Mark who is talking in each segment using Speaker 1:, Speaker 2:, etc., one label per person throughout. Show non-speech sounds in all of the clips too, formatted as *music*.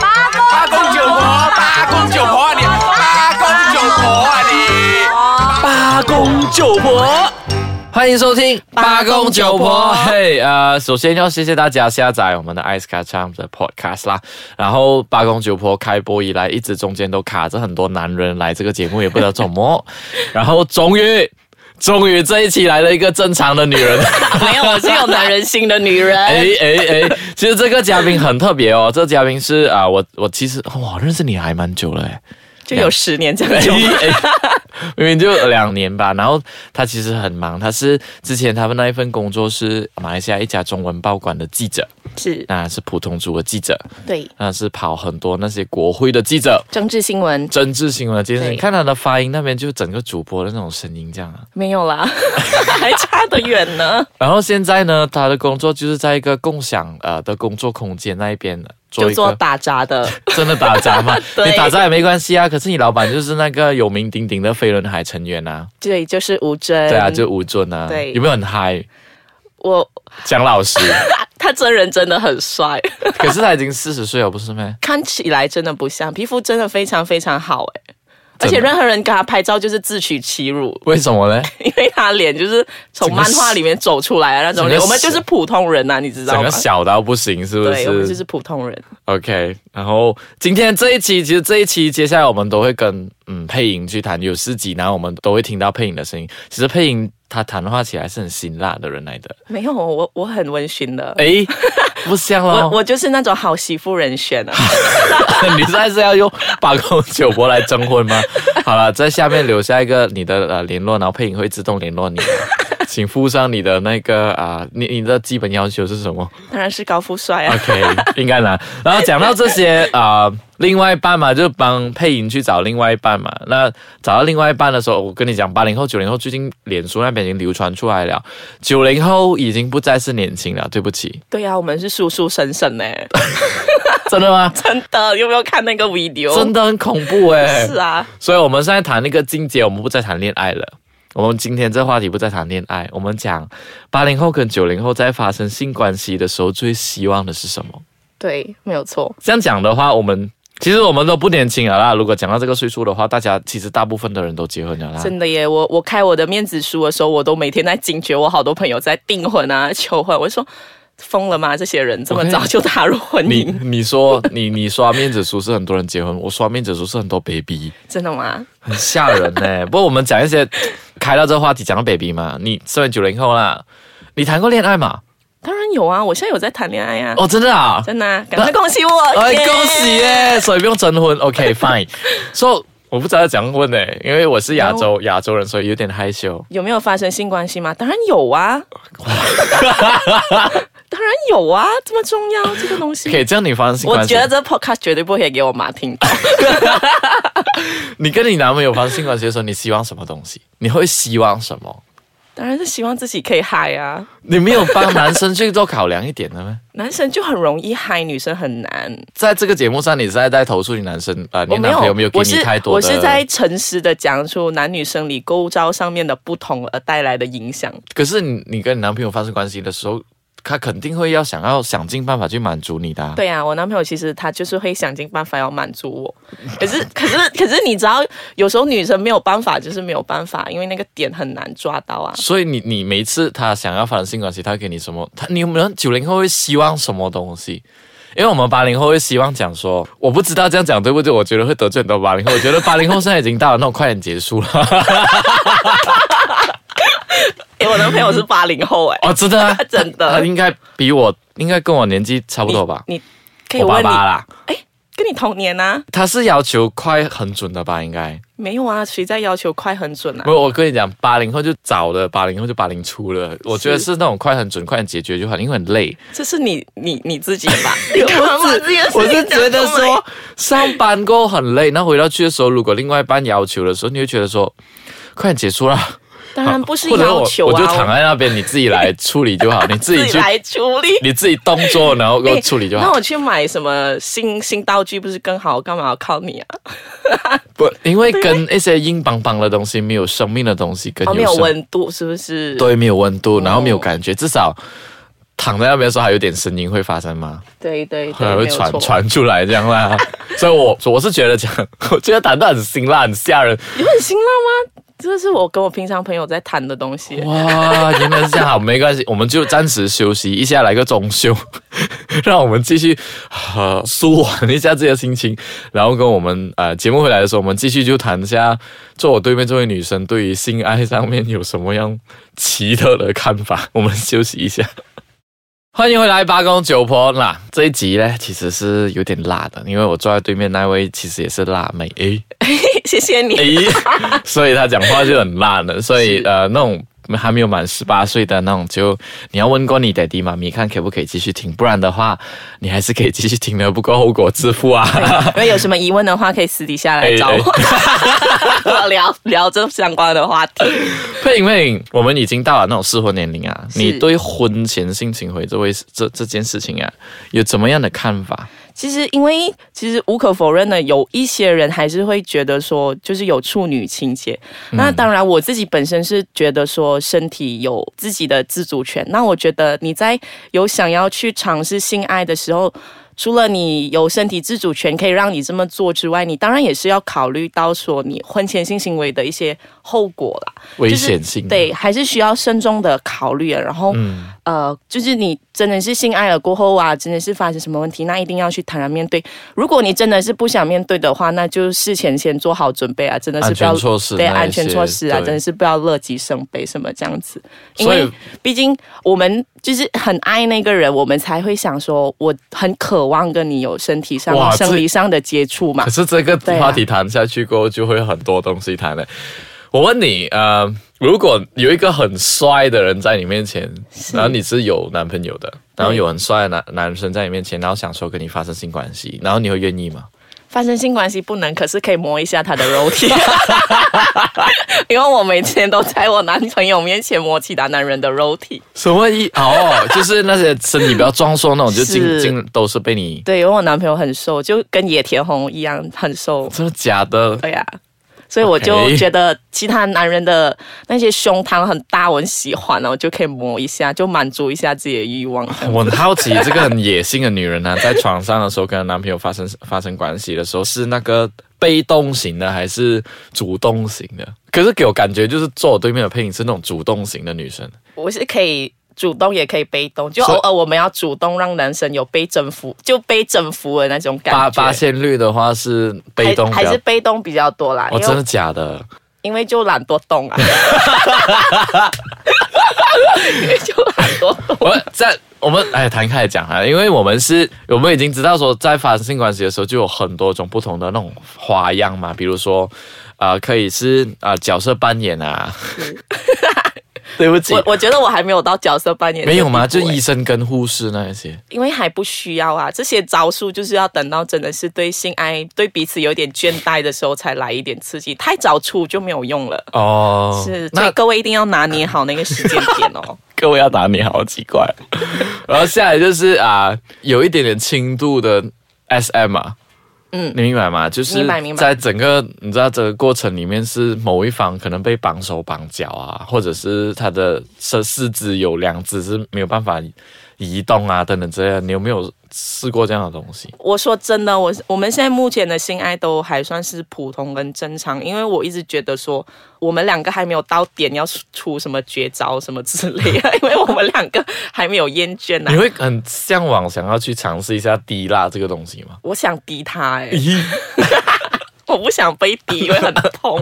Speaker 1: 八公九婆，八公九婆啊你，八公九婆啊你，
Speaker 2: 八公九婆，欢迎收听
Speaker 3: 八公九婆
Speaker 2: 嘿，呃，首先要谢谢大家下载我们的 Ice c a c h a m 的 Podcast 啦。然后八公九婆开播以来，一直中间都卡着很多男人来这个节目，也不知道怎么。然后终于，终于这一期来了一个正常的女人。
Speaker 3: 没有，我是有男人心的女
Speaker 2: *laughs* 哎
Speaker 3: 人。
Speaker 2: 哎哎，其实这个嘉宾很特别哦，这嘉宾是啊、我我其实哇认识你还蛮久了哎。
Speaker 3: 就有十年这样久，
Speaker 2: 哎哎明明就两年吧。然后他其实很忙，他是之前他们那一份工作是马来西亚一家中文报馆的记者，
Speaker 3: 是
Speaker 2: 那是普通组的记者，
Speaker 3: 对
Speaker 2: 那是跑很多那些国会的记者。
Speaker 3: 政治新闻
Speaker 2: 政治新闻的记者，
Speaker 3: 对
Speaker 2: 你看他的发音那边就整个主播的那种声音这样啊。
Speaker 3: 没
Speaker 2: *laughs*
Speaker 3: 有啦，还差得远呢。
Speaker 2: 然后现在呢，他的工作就是在一个共享呃的工作空间那一边做
Speaker 3: 就
Speaker 2: 一
Speaker 3: 做
Speaker 2: 个
Speaker 3: 打杂的，
Speaker 2: 真的打杂嘛
Speaker 3: *laughs* ，对
Speaker 2: 你打杂也没关系啊。可是你老板就是那个有名鼎鼎的飞轮海成员啊，
Speaker 3: 对，就是吴尊。
Speaker 2: 对啊，就吴尊啊，
Speaker 3: 嗯对
Speaker 2: 有没有很嗨？
Speaker 3: 我
Speaker 2: 蒋老
Speaker 3: *laughs*
Speaker 2: 师，
Speaker 3: 他真人真的很帅，
Speaker 2: 可是他已经四十岁了，不是咩？
Speaker 3: 看起来真的不像，皮肤真的非常非常好哎、而
Speaker 2: 真的
Speaker 3: 且任何人跟他拍照就是自取其辱， *laughs*
Speaker 2: 为什么呢？
Speaker 3: 因为他脸就是从漫画里面走出来的那种
Speaker 2: 整
Speaker 3: 脸，
Speaker 2: 个
Speaker 3: 我们就是普通人啊呐、你知道
Speaker 2: 整
Speaker 3: 吗
Speaker 2: 个？小到不行，是不
Speaker 3: 对，我们就是是普通人，
Speaker 2: ？OK，然后今天这一期，其实这一期接下来我们都会跟嗯配音去谈，有四集，然后我们都会听到配音的声音。其实配音他谈话起来是很辛辣的人来的，
Speaker 3: 没有我我很温驯的，
Speaker 2: 诶，不像
Speaker 3: 嗯我
Speaker 2: 咯。
Speaker 3: 我就是那种好媳妇人选啊。
Speaker 2: *laughs* 你现在是要用八公九婆来征婚
Speaker 3: *laughs*
Speaker 2: 吗？好了，在下面留下一个你的呃联络，然后配音会自动联络你的，
Speaker 3: *laughs*
Speaker 2: 请附上你的那个啊、你你的基本要求是什
Speaker 3: *laughs*
Speaker 2: 么？
Speaker 3: 当然是高富帅啊。
Speaker 2: OK，应该啦。然后讲到这些啊、呃另外一半嘛，就帮配音去找另外一半嘛。那找到另外一半的时候，我跟你讲，八零后、九零后最近脸书那边已经流传出来了，九零后已经不再是年轻了。对不起，
Speaker 3: 对啊，我们是叔叔婶婶呢， *laughs*
Speaker 2: 真的吗？
Speaker 3: 真的， *laughs* 有没有看那个 video？
Speaker 2: 真的很恐怖哎、
Speaker 3: 是啊，
Speaker 2: 所以我们现在谈那个境界，我们不再谈恋爱了。我们今天这话题不再谈恋爱，我们讲八零后跟九零后在发生性关系的时候，最希望的是什么？
Speaker 3: 对，没有错，
Speaker 2: 这样讲的话，我们其实我们都不年轻了啦。如果讲到这个岁数的话，大家其实大部分的人都结婚了啊啦。
Speaker 3: 真的耶！我我开我的面子书的时候，我都每天在警觉，我好多朋友在订婚啊、求婚，我就说疯了吗？这些人这么
Speaker 2: OK
Speaker 3: 早就踏入婚
Speaker 2: 你
Speaker 3: 姻，
Speaker 2: 你说你你刷面子书是很多人结婚，我刷面子书是很多 baby，
Speaker 3: 真的吗？
Speaker 2: 很吓人呢、
Speaker 3: *laughs*
Speaker 2: 不过我们讲一些开到这个话题，讲到 baby 嘛，你身为九零后啦，你谈过恋爱嘛？
Speaker 3: 当然有啊，我现在有在谈恋爱啊，
Speaker 2: 哦，真的啊，
Speaker 3: 真的、啊，赶快恭喜我！
Speaker 2: 哎，
Speaker 3: 耶
Speaker 2: 恭喜！耶！所以不用征婚，OK
Speaker 3: *laughs*
Speaker 2: fine。所以我不知道怎样问呢、因为我是亚洲亚洲人，所以有点害羞。
Speaker 3: 有没有发生性关系吗？当然有
Speaker 2: *laughs*
Speaker 3: 啊，当然有啊，这么重要这个东西。
Speaker 2: 可以这样，你发生性
Speaker 3: 我
Speaker 2: 关系
Speaker 3: 觉？得这 podcast 绝对不会给我妈听到。
Speaker 2: 你跟你男朋友发生性关系的时候，你希望什么东西？你会希望什么？
Speaker 3: 当然是希望自己可以嗨啊，
Speaker 2: 你没有帮男生去做考量一点的
Speaker 3: *laughs*
Speaker 2: 吗？
Speaker 3: 男生就很容易嗨，女生很难。
Speaker 2: 在这个节目上，你是在在投诉你男生啊、呃，
Speaker 3: 我
Speaker 2: 你男朋友没有给
Speaker 3: 我
Speaker 2: 你
Speaker 3: 是
Speaker 2: 太多
Speaker 3: 我
Speaker 2: 的？
Speaker 3: 是在诚实的讲出男女生理构造上面的不同而带来的影响。
Speaker 2: 可是你你跟你男朋友发生关系的时候，他肯定会要想要想尽办法去满足你的、啊。
Speaker 3: 对啊，我男朋友其实他就是会想尽办法要满足我， *laughs* 可是可是可是你知道，有时候女生没有办法，就是没有办法，因为那个点很难抓到啊。
Speaker 2: 所以你你每一次他想要发生性关系，他会给你什么？他你们九零后会希望什么东西？因为我们八零后会希望讲说，我不知道这样讲对不对，我觉得会得罪很多八零后。我觉得八零后现在已经到了那种快点结束了。
Speaker 3: 诶，哎我男朋友是八零后哎
Speaker 2: *laughs*
Speaker 3: 诶，
Speaker 2: 哦，真的、啊，
Speaker 3: 真的
Speaker 2: 他他应该比我应该跟我年纪差不
Speaker 3: 你
Speaker 2: 多吧？
Speaker 3: 你可以
Speaker 2: 我
Speaker 3: 问
Speaker 2: 爸
Speaker 3: 你，
Speaker 2: 爸啦，
Speaker 3: 跟你同年啊？
Speaker 2: 他是要求快很准的吧？应该
Speaker 3: 没有啊，谁在要求快很准啊
Speaker 2: 没？有。我跟你讲，八零后就早了，八零后就八零初了。我觉得是那种快很准、快点解决就好，因为很累。
Speaker 3: 这是你你你自己
Speaker 2: *laughs*
Speaker 3: 吧？你干嘛把自己的事情
Speaker 2: 我是
Speaker 3: 讲
Speaker 2: 觉得
Speaker 3: 出来
Speaker 2: 说，上班过后很累，那回到去的时候，如果另外一半要求的时候，你会觉得说。快点结束啦！
Speaker 3: 当然不是
Speaker 2: 或者
Speaker 3: 要
Speaker 2: 我
Speaker 3: 求啊，
Speaker 2: 我就躺在那边，你自己来处理就
Speaker 3: *laughs*
Speaker 2: 好，你自
Speaker 3: 自
Speaker 2: 己
Speaker 3: 己
Speaker 2: 去，
Speaker 3: 来处理。
Speaker 2: 你自己动作，然后给我
Speaker 3: 诶
Speaker 2: 处理就好
Speaker 3: 哎那。我去买什么新新道具不是更好？干嘛要靠你啊？
Speaker 2: 不，因为跟一些硬邦邦的东西、没有生命的东西更
Speaker 3: 啊
Speaker 2: 有
Speaker 3: 哦，没有
Speaker 2: 生
Speaker 3: 温度是不是？
Speaker 2: 对，没有温度，然后没有
Speaker 3: 哦
Speaker 2: 感觉，至少躺在那边的时候还有点声音会发生吗？
Speaker 3: 对对
Speaker 2: 可
Speaker 3: 对，
Speaker 2: 能
Speaker 3: 没
Speaker 2: 会
Speaker 3: 有
Speaker 2: 传
Speaker 3: 错。
Speaker 2: 传出来这样啦。所以我我是觉得这样， *laughs* 我觉得谈到很辛辣，很吓人。
Speaker 3: 你很辛辣吗？这是我跟我平常朋友在谈的东
Speaker 2: 哦
Speaker 3: 西。
Speaker 2: *laughs* 哇，原来是这样，好，没关系，我们就暂时休息一下，来个中休， *laughs* 让我们继续呃舒缓一下自己的心情，然后跟我们呃节目回来的时候，我们继续就谈一下，坐我对面这位女生对于性爱上面有什么样奇特的看法，我们休息一下。 *laughs* 欢迎回来八公九婆啦！这一集呢，其实是有点辣的，因为我坐在对面那位其实也是辣妹，诶，
Speaker 3: *laughs* 谢谢你。
Speaker 2: 诶，所以他讲话就很烂了。所以呃，那种还没有满十八岁的那种就，你要问过你爹地妈咪看可不可以继续听，不然的话，你还是可以继续听的，不过后果自负
Speaker 3: *laughs*
Speaker 2: 啊。
Speaker 3: 如果有什么疑问的话，可以私底下来
Speaker 2: 哎
Speaker 3: 找我，我 *laughs* 聊聊这相关的话题。
Speaker 2: *laughs* 佩影佩影，我们已经到了那种适婚年龄啊，
Speaker 3: 是
Speaker 2: 你对婚前性行为这位这这件事情啊，有怎么样的看法？
Speaker 3: 其实，因为其实无可否认的，有一些人还是会觉得说，就是有处女情节。那当然，我自己本身是觉得说，身体有自己的自主权。那我觉得你在有想要去尝试性爱的时候。除了你有身体自主权可以让你这么做之外，你当然也是要考虑到说你婚前性行为的一些后果啦。
Speaker 2: 危
Speaker 3: 就是
Speaker 2: 险性、啊嗯
Speaker 3: 对，还是需要慎重的考虑啊。然后，呃，就是你真的是性爱了过后啊，真的是发生什么问题，那一定要去坦然面对。如果你真的是不想面对的话，那就事前先做好准备啊，真的是
Speaker 2: 安
Speaker 3: 不要
Speaker 2: 全措施
Speaker 3: 对
Speaker 2: 那一
Speaker 3: 安全
Speaker 2: 些
Speaker 3: 措施啊，
Speaker 2: 对
Speaker 3: 真的是不要乐极生悲什么这样子。因
Speaker 2: 所以
Speaker 3: 为毕竟我们就是很爱那个人，我们才会想说，我很渴望跟你有身体上
Speaker 2: 哇、这
Speaker 3: 生理上的接触嘛
Speaker 2: 可。是这个
Speaker 3: 对啊
Speaker 2: 话题谈下去过后，就会有很多东西谈了。我问你，呃，如果有一个很帅的人在你面前，然后你是有男朋友的，然后有很帅的男男生在你面前，然后想说跟你发生性关系，然后你会愿意吗？
Speaker 3: 发生性关系不能，可是可以摸一下他的肉体， *laughs* 因为我每天都在我男朋友面前摸其他男人的肉体。
Speaker 2: 什么意？哦，就是那些身体比较壮硕那种，就是经经都是被你
Speaker 3: 对，因为我男朋友很瘦，就跟野田红一样很瘦。
Speaker 2: 真的假的？
Speaker 3: 对呀、所以我就
Speaker 2: OK
Speaker 3: 觉得其他男人的那些胸膛很大，我很喜欢然后就可以摸一下，就满足一下自己的欲望。
Speaker 2: *laughs* 我很好奇，这个很野性的女人呢、在床上的时候跟男朋友发生 *laughs* 发生关系的时候，是那个被动型的还是主动型的？可是给我感觉就是坐我对面的配音是那种主动型的女生，
Speaker 3: 我是可以主动，也可以被动，就
Speaker 2: 所以
Speaker 3: 偶尔我们要主动让男生有被征服，就被征服的那种感
Speaker 2: 发
Speaker 3: 觉。
Speaker 2: 发现率的话是被动
Speaker 3: 还
Speaker 2: 比
Speaker 3: 还
Speaker 2: 较
Speaker 3: 是。被动比较多啦，
Speaker 2: 哦，
Speaker 3: 因
Speaker 2: 真
Speaker 3: 为
Speaker 2: 的假的？ *laughs*
Speaker 3: 因为就懒惰动啊，因为就懒惰动。
Speaker 2: 我在我们哎，谈开来讲啊，因为我们是我们已经知道说，在发生性关系的时候就有很多种不同的那种花样嘛，比如说，呃，可以是啊、呃角色扮演啊。 *laughs* 对不起，
Speaker 3: 嗯我我觉得我还没有到角色扮演的
Speaker 2: 没有吗？
Speaker 3: 地
Speaker 2: 就
Speaker 3: 步欸
Speaker 2: 医生跟护士那一些，
Speaker 3: 因为还不需要啊，这些招数就是要等到真的是对性爱、对彼此有点倦怠的时候才来一点刺激，太早出就没有用了。
Speaker 2: 哦，
Speaker 3: 是，所以
Speaker 2: 那
Speaker 3: 各位一定要拿捏好那个时间点哦。
Speaker 2: 各位要打你好奇怪。 *laughs* 然后下来就是啊、有一点点轻度的 SM 啊。
Speaker 3: 嗯
Speaker 2: 你明白吗？就是
Speaker 3: 明白明白
Speaker 2: 在整个你知道这个过程里面，是某一方可能被绑手绑脚啊，或者是他的四四肢有两只是没有办法移动啊，等等之类的。你有没有试过这样的东西？
Speaker 3: 我说真的，我我们现在目前的性爱都还算是普通跟正常，因为我一直觉得说我们两个还没有到点要出什么绝招什么之类的，因为我们两个还没有厌倦啊呐、
Speaker 2: 你会很向往想要去尝试一下滴蜡这个东西 *laughs* 吗？
Speaker 3: 我想滴他、欸，
Speaker 2: 咦，
Speaker 3: 我不想被滴，因为很痛，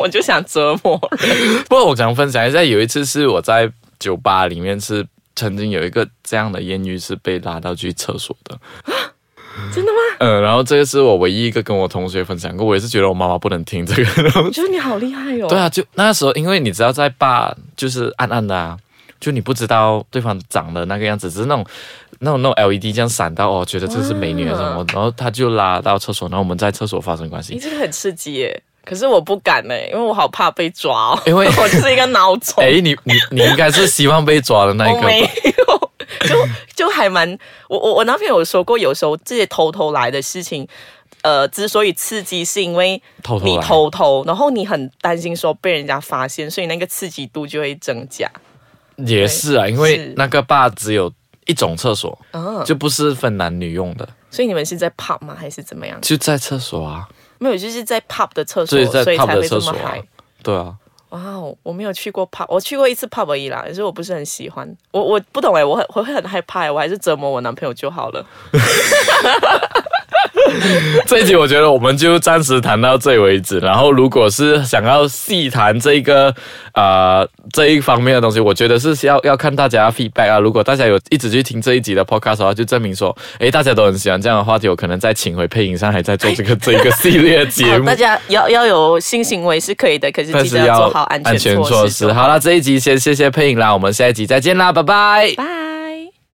Speaker 3: 我就想折磨人。
Speaker 2: 不过我想分享一下，有一次是我在酒吧里面是曾经有一个这样的艳遇，是被拉到去厕所的。
Speaker 3: 真的吗？
Speaker 2: 嗯，然后这个是我唯一一个跟我同学分享过，我也是觉得我妈妈不能听这个东
Speaker 3: *laughs* 我
Speaker 2: 西。
Speaker 3: 觉得你好厉害哦。
Speaker 2: 对啊，就那时候，因为你知道在坝就是暗暗的啊，就你不知道对方长的那个样子，只是那种那种那种 LED 这样闪到，哦，觉得这是美女还是什么，然后他就拉到厕所，然后我们在厕所发生关系
Speaker 3: 你。这个很刺激耶，可是我不敢呢、因为我好怕被抓哦，
Speaker 2: 因为
Speaker 3: 我就是一个孬种。
Speaker 2: 哎，你你你应该是希望被抓的那一
Speaker 3: 我
Speaker 2: 个吧
Speaker 3: 哦没有，就就还蛮我我我男朋友有说过，有时候这些偷偷来的事情，呃，之所以刺激，是因为
Speaker 2: 偷偷
Speaker 3: 你
Speaker 2: 来
Speaker 3: 偷偷，然后你很担心说被人家发现，所以那个刺激度就会增加。
Speaker 2: 也是啊，因为
Speaker 3: 是
Speaker 2: 那个坝只有一种厕所，
Speaker 3: 嗯，
Speaker 2: 就不是分男女用的，
Speaker 3: 所以你们是在 pub 吗？还是怎么样？
Speaker 2: 就在厕所啊，
Speaker 3: 没有，就是在 pub 的厕
Speaker 2: 所
Speaker 3: 所，
Speaker 2: 以在
Speaker 3: 哦所以
Speaker 2: pub
Speaker 3: 才
Speaker 2: 的
Speaker 3: 会
Speaker 2: 厕
Speaker 3: 这
Speaker 2: 所
Speaker 3: 么
Speaker 2: 啊
Speaker 3: 嗨。，
Speaker 2: 对啊， *laughs*
Speaker 3: 哇哦，我没有去过 pub，我去过一次 pub 而已啦，可是我不是很喜欢。我我不懂哎、我很我会很害怕哎、我还是折磨我男朋友就好了。
Speaker 2: 这一集我觉得我们就暂时谈到这里为止。然后，如果是想要细谈这个呃这一方面的东西，我觉得是要要看大家的 feedback 啊。如果大家有一直去听这一集的 podcast 的话，就证明说，诶，大家都很喜欢这样的话题，我可能再请回配音上还在做
Speaker 3: *laughs*
Speaker 2: 这个这一个系列节
Speaker 3: 好
Speaker 2: 目
Speaker 3: 大。家要要有性行为是可以的，可是
Speaker 2: 但
Speaker 3: 记
Speaker 2: 是
Speaker 3: 得
Speaker 2: 要
Speaker 3: 做好安
Speaker 2: 安
Speaker 3: 全
Speaker 2: 全
Speaker 3: 措
Speaker 2: 措
Speaker 3: 施
Speaker 2: 施。
Speaker 3: 就好。
Speaker 2: 好了，这一集先谢谢配音啦，我们下一集再见啦，拜拜。
Speaker 3: 拜。